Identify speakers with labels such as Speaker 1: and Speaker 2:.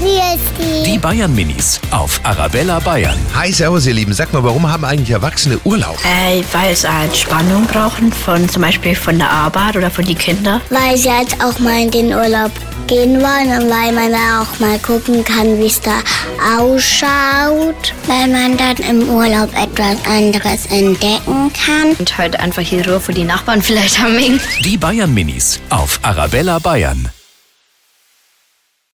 Speaker 1: Hier ist
Speaker 2: Die Bayern Minis auf Arabella Bayern.
Speaker 3: Hi, servus ihr Lieben. Sag mal, warum haben eigentlich Erwachsene Urlaub?
Speaker 4: Äh, weil sie eine Entspannung brauchen, von, zum Beispiel von der Arbeit oder von den Kindern.
Speaker 1: Weil ich jetzt auch mal in den Urlaub gehen wollen und weil man da auch mal gucken kann, wie es da ausschaut. Weil man dann im Urlaub etwas anderes entdecken kann.
Speaker 4: Und halt einfach hier Ruhe für die Nachbarn vielleicht haben.
Speaker 2: Die Bayern Minis auf Arabella Bayern.